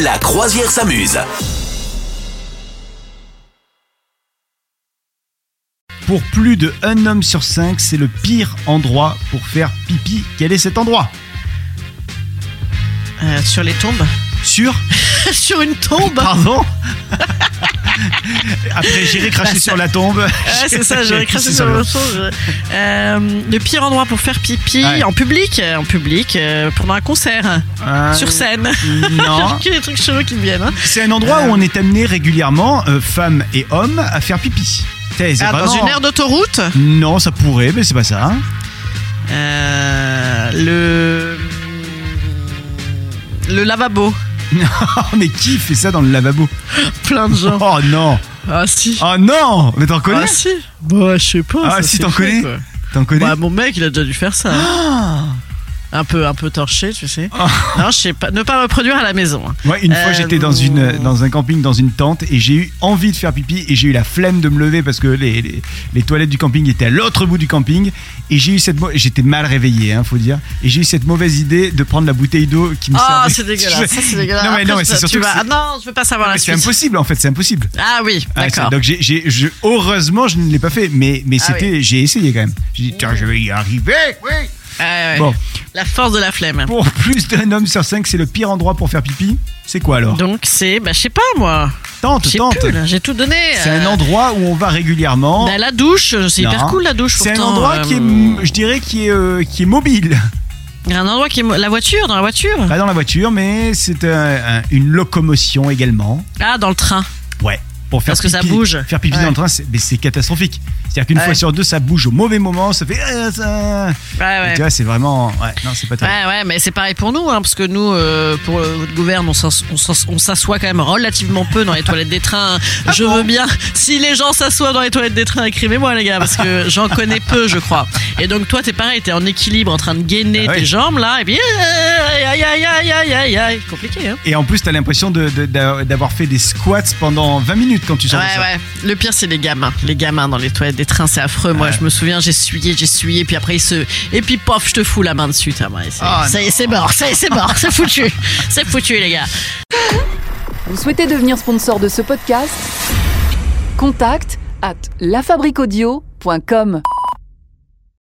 La croisière s'amuse. Pour plus de un homme sur cinq, c'est le pire endroit pour faire pipi. Quel est cet endroit Euh, sur les tombes Sur Sur une tombe Pardon Après, j'irai cracher Bah, sur la tombe. Ouais, c'est ça, j'aurais craché C'est sur ça. le chose. Euh, le pire endroit pour faire pipi Ah Ouais. en public, euh, en public, euh, pendant un concert, Euh, sur scène. Non. que des trucs chelous qui me viennent. hein. C'est un endroit où on est amené régulièrement, euh, femmes et hommes, à faire pipi. C'est Ah, dans vraiment- une aire d'autoroute, Non, ça pourrait, mais c'est pas ça. hein. euh, le le lavabo, Oh, mais qui fait ça dans le lavabo plein de gens. Oh non Ah si. Oh non Mais t'en connais Ah si. Bah je sais pas. Ah, ça, si, c'est t'en fait, connais quoi. T'en connais Bah mon mec, il a déjà dû faire ça. Ah Un peu, un peu torché, tu sais. Ah. Non, je sais pas. Ne pas reproduire à la maison. hein. Ouais, une fois Euh, j'étais dans, vous- une, dans un camping, dans une tente, et j'ai eu envie de faire pipi, et j'ai eu la flemme de me lever parce que les, les, les toilettes du camping étaient à l'autre bout du camping, et j'ai eu cette mau- j'étais mal réveillé, hein, faut dire, et j'ai eu cette mauvaise idée de prendre la bouteille d'eau qui me Ah, servait. c'est dégueulasse. Ça, c'est dégueulasse. Non mais, non, Après, mais c'est ça, surtout tu que vas- c'est- Ah non, je veux pas savoir la c'est suite. impossible en fait, c'est impossible. Ah oui, Ah, c'est- d'accord. donc j'ai, j'ai- je- heureusement je ne l'ai pas fait, mais, mais Ah c'était, j'ai essayé quand même. J'ai dit tiens je vais y arriver. Oui. Ah ouais. Bon, La force de la flemme. pour plus d'un homme sur cinq, c'est le pire endroit pour faire pipi. C'est quoi alors Donc c'est, bah, je sais pas moi. Tente, J'ai tente. plus, là, j'ai tout donné. C'est euh, un endroit où on va régulièrement. bah, la douche, c'est Non. hyper cool la douche. C'est un pourtant, endroit euh, qui est, m- je dirais, qui est, euh, qui est mobile. Un endroit qui est mo- la voiture, dans la voiture. Pas dans la voiture, mais c'est un- un- une locomotion également. Ah, dans le train. Ouais. Pour faire Parce que ça pipi- bouge. Faire pipi Ouais. dans le train, c'est mais c'est catastrophique. C'est-à-dire qu'une Ouais. fois sur deux, ça bouge au mauvais moment, ça fait. euh, ça- Ouais ouais. Tu vois, c'est vraiment. Ouais, non, c'est pas terrible. Ouais, ouais, mais c'est pareil pour nous, hein, parce que nous, euh, pour le- votre gouverne, on s'as- on s'as- on s'assoit quand même relativement peu dans les toilettes des trains. Je veux bien. Si les gens s'assoient dans les toilettes des trains, écrivez-moi, les gars, parce que j'en connais peu, je crois. Et donc, toi, t'es pareil, t'es en équilibre, en train de gainer Ah oui. tes jambes, là, et puis. Aïe, aïe, aïe, aïe, aïe, aïe, aïe. Compliqué, hein. Et en plus, t'as l'impression de- de- d'a- d'avoir fait des squats pendant 20 minutes quand tu Ouais, sors de ça. ouais. Le pire, c'est les gamins. Les gamins dans les toilettes des trains, c'est affreux. Moi, Ouais. je me souviens, j'essuyais, j'essuyais, puis après, ils se. Et puis, pof, je te fous la main dessus, ta main. Et c'est- Oh, Ça y est, c'est mort, ça y est, c'est mort, c'est foutu. C'est foutu, les gars. Vous souhaitez devenir sponsor de ce podcast Contact à lafabriquaudio.com.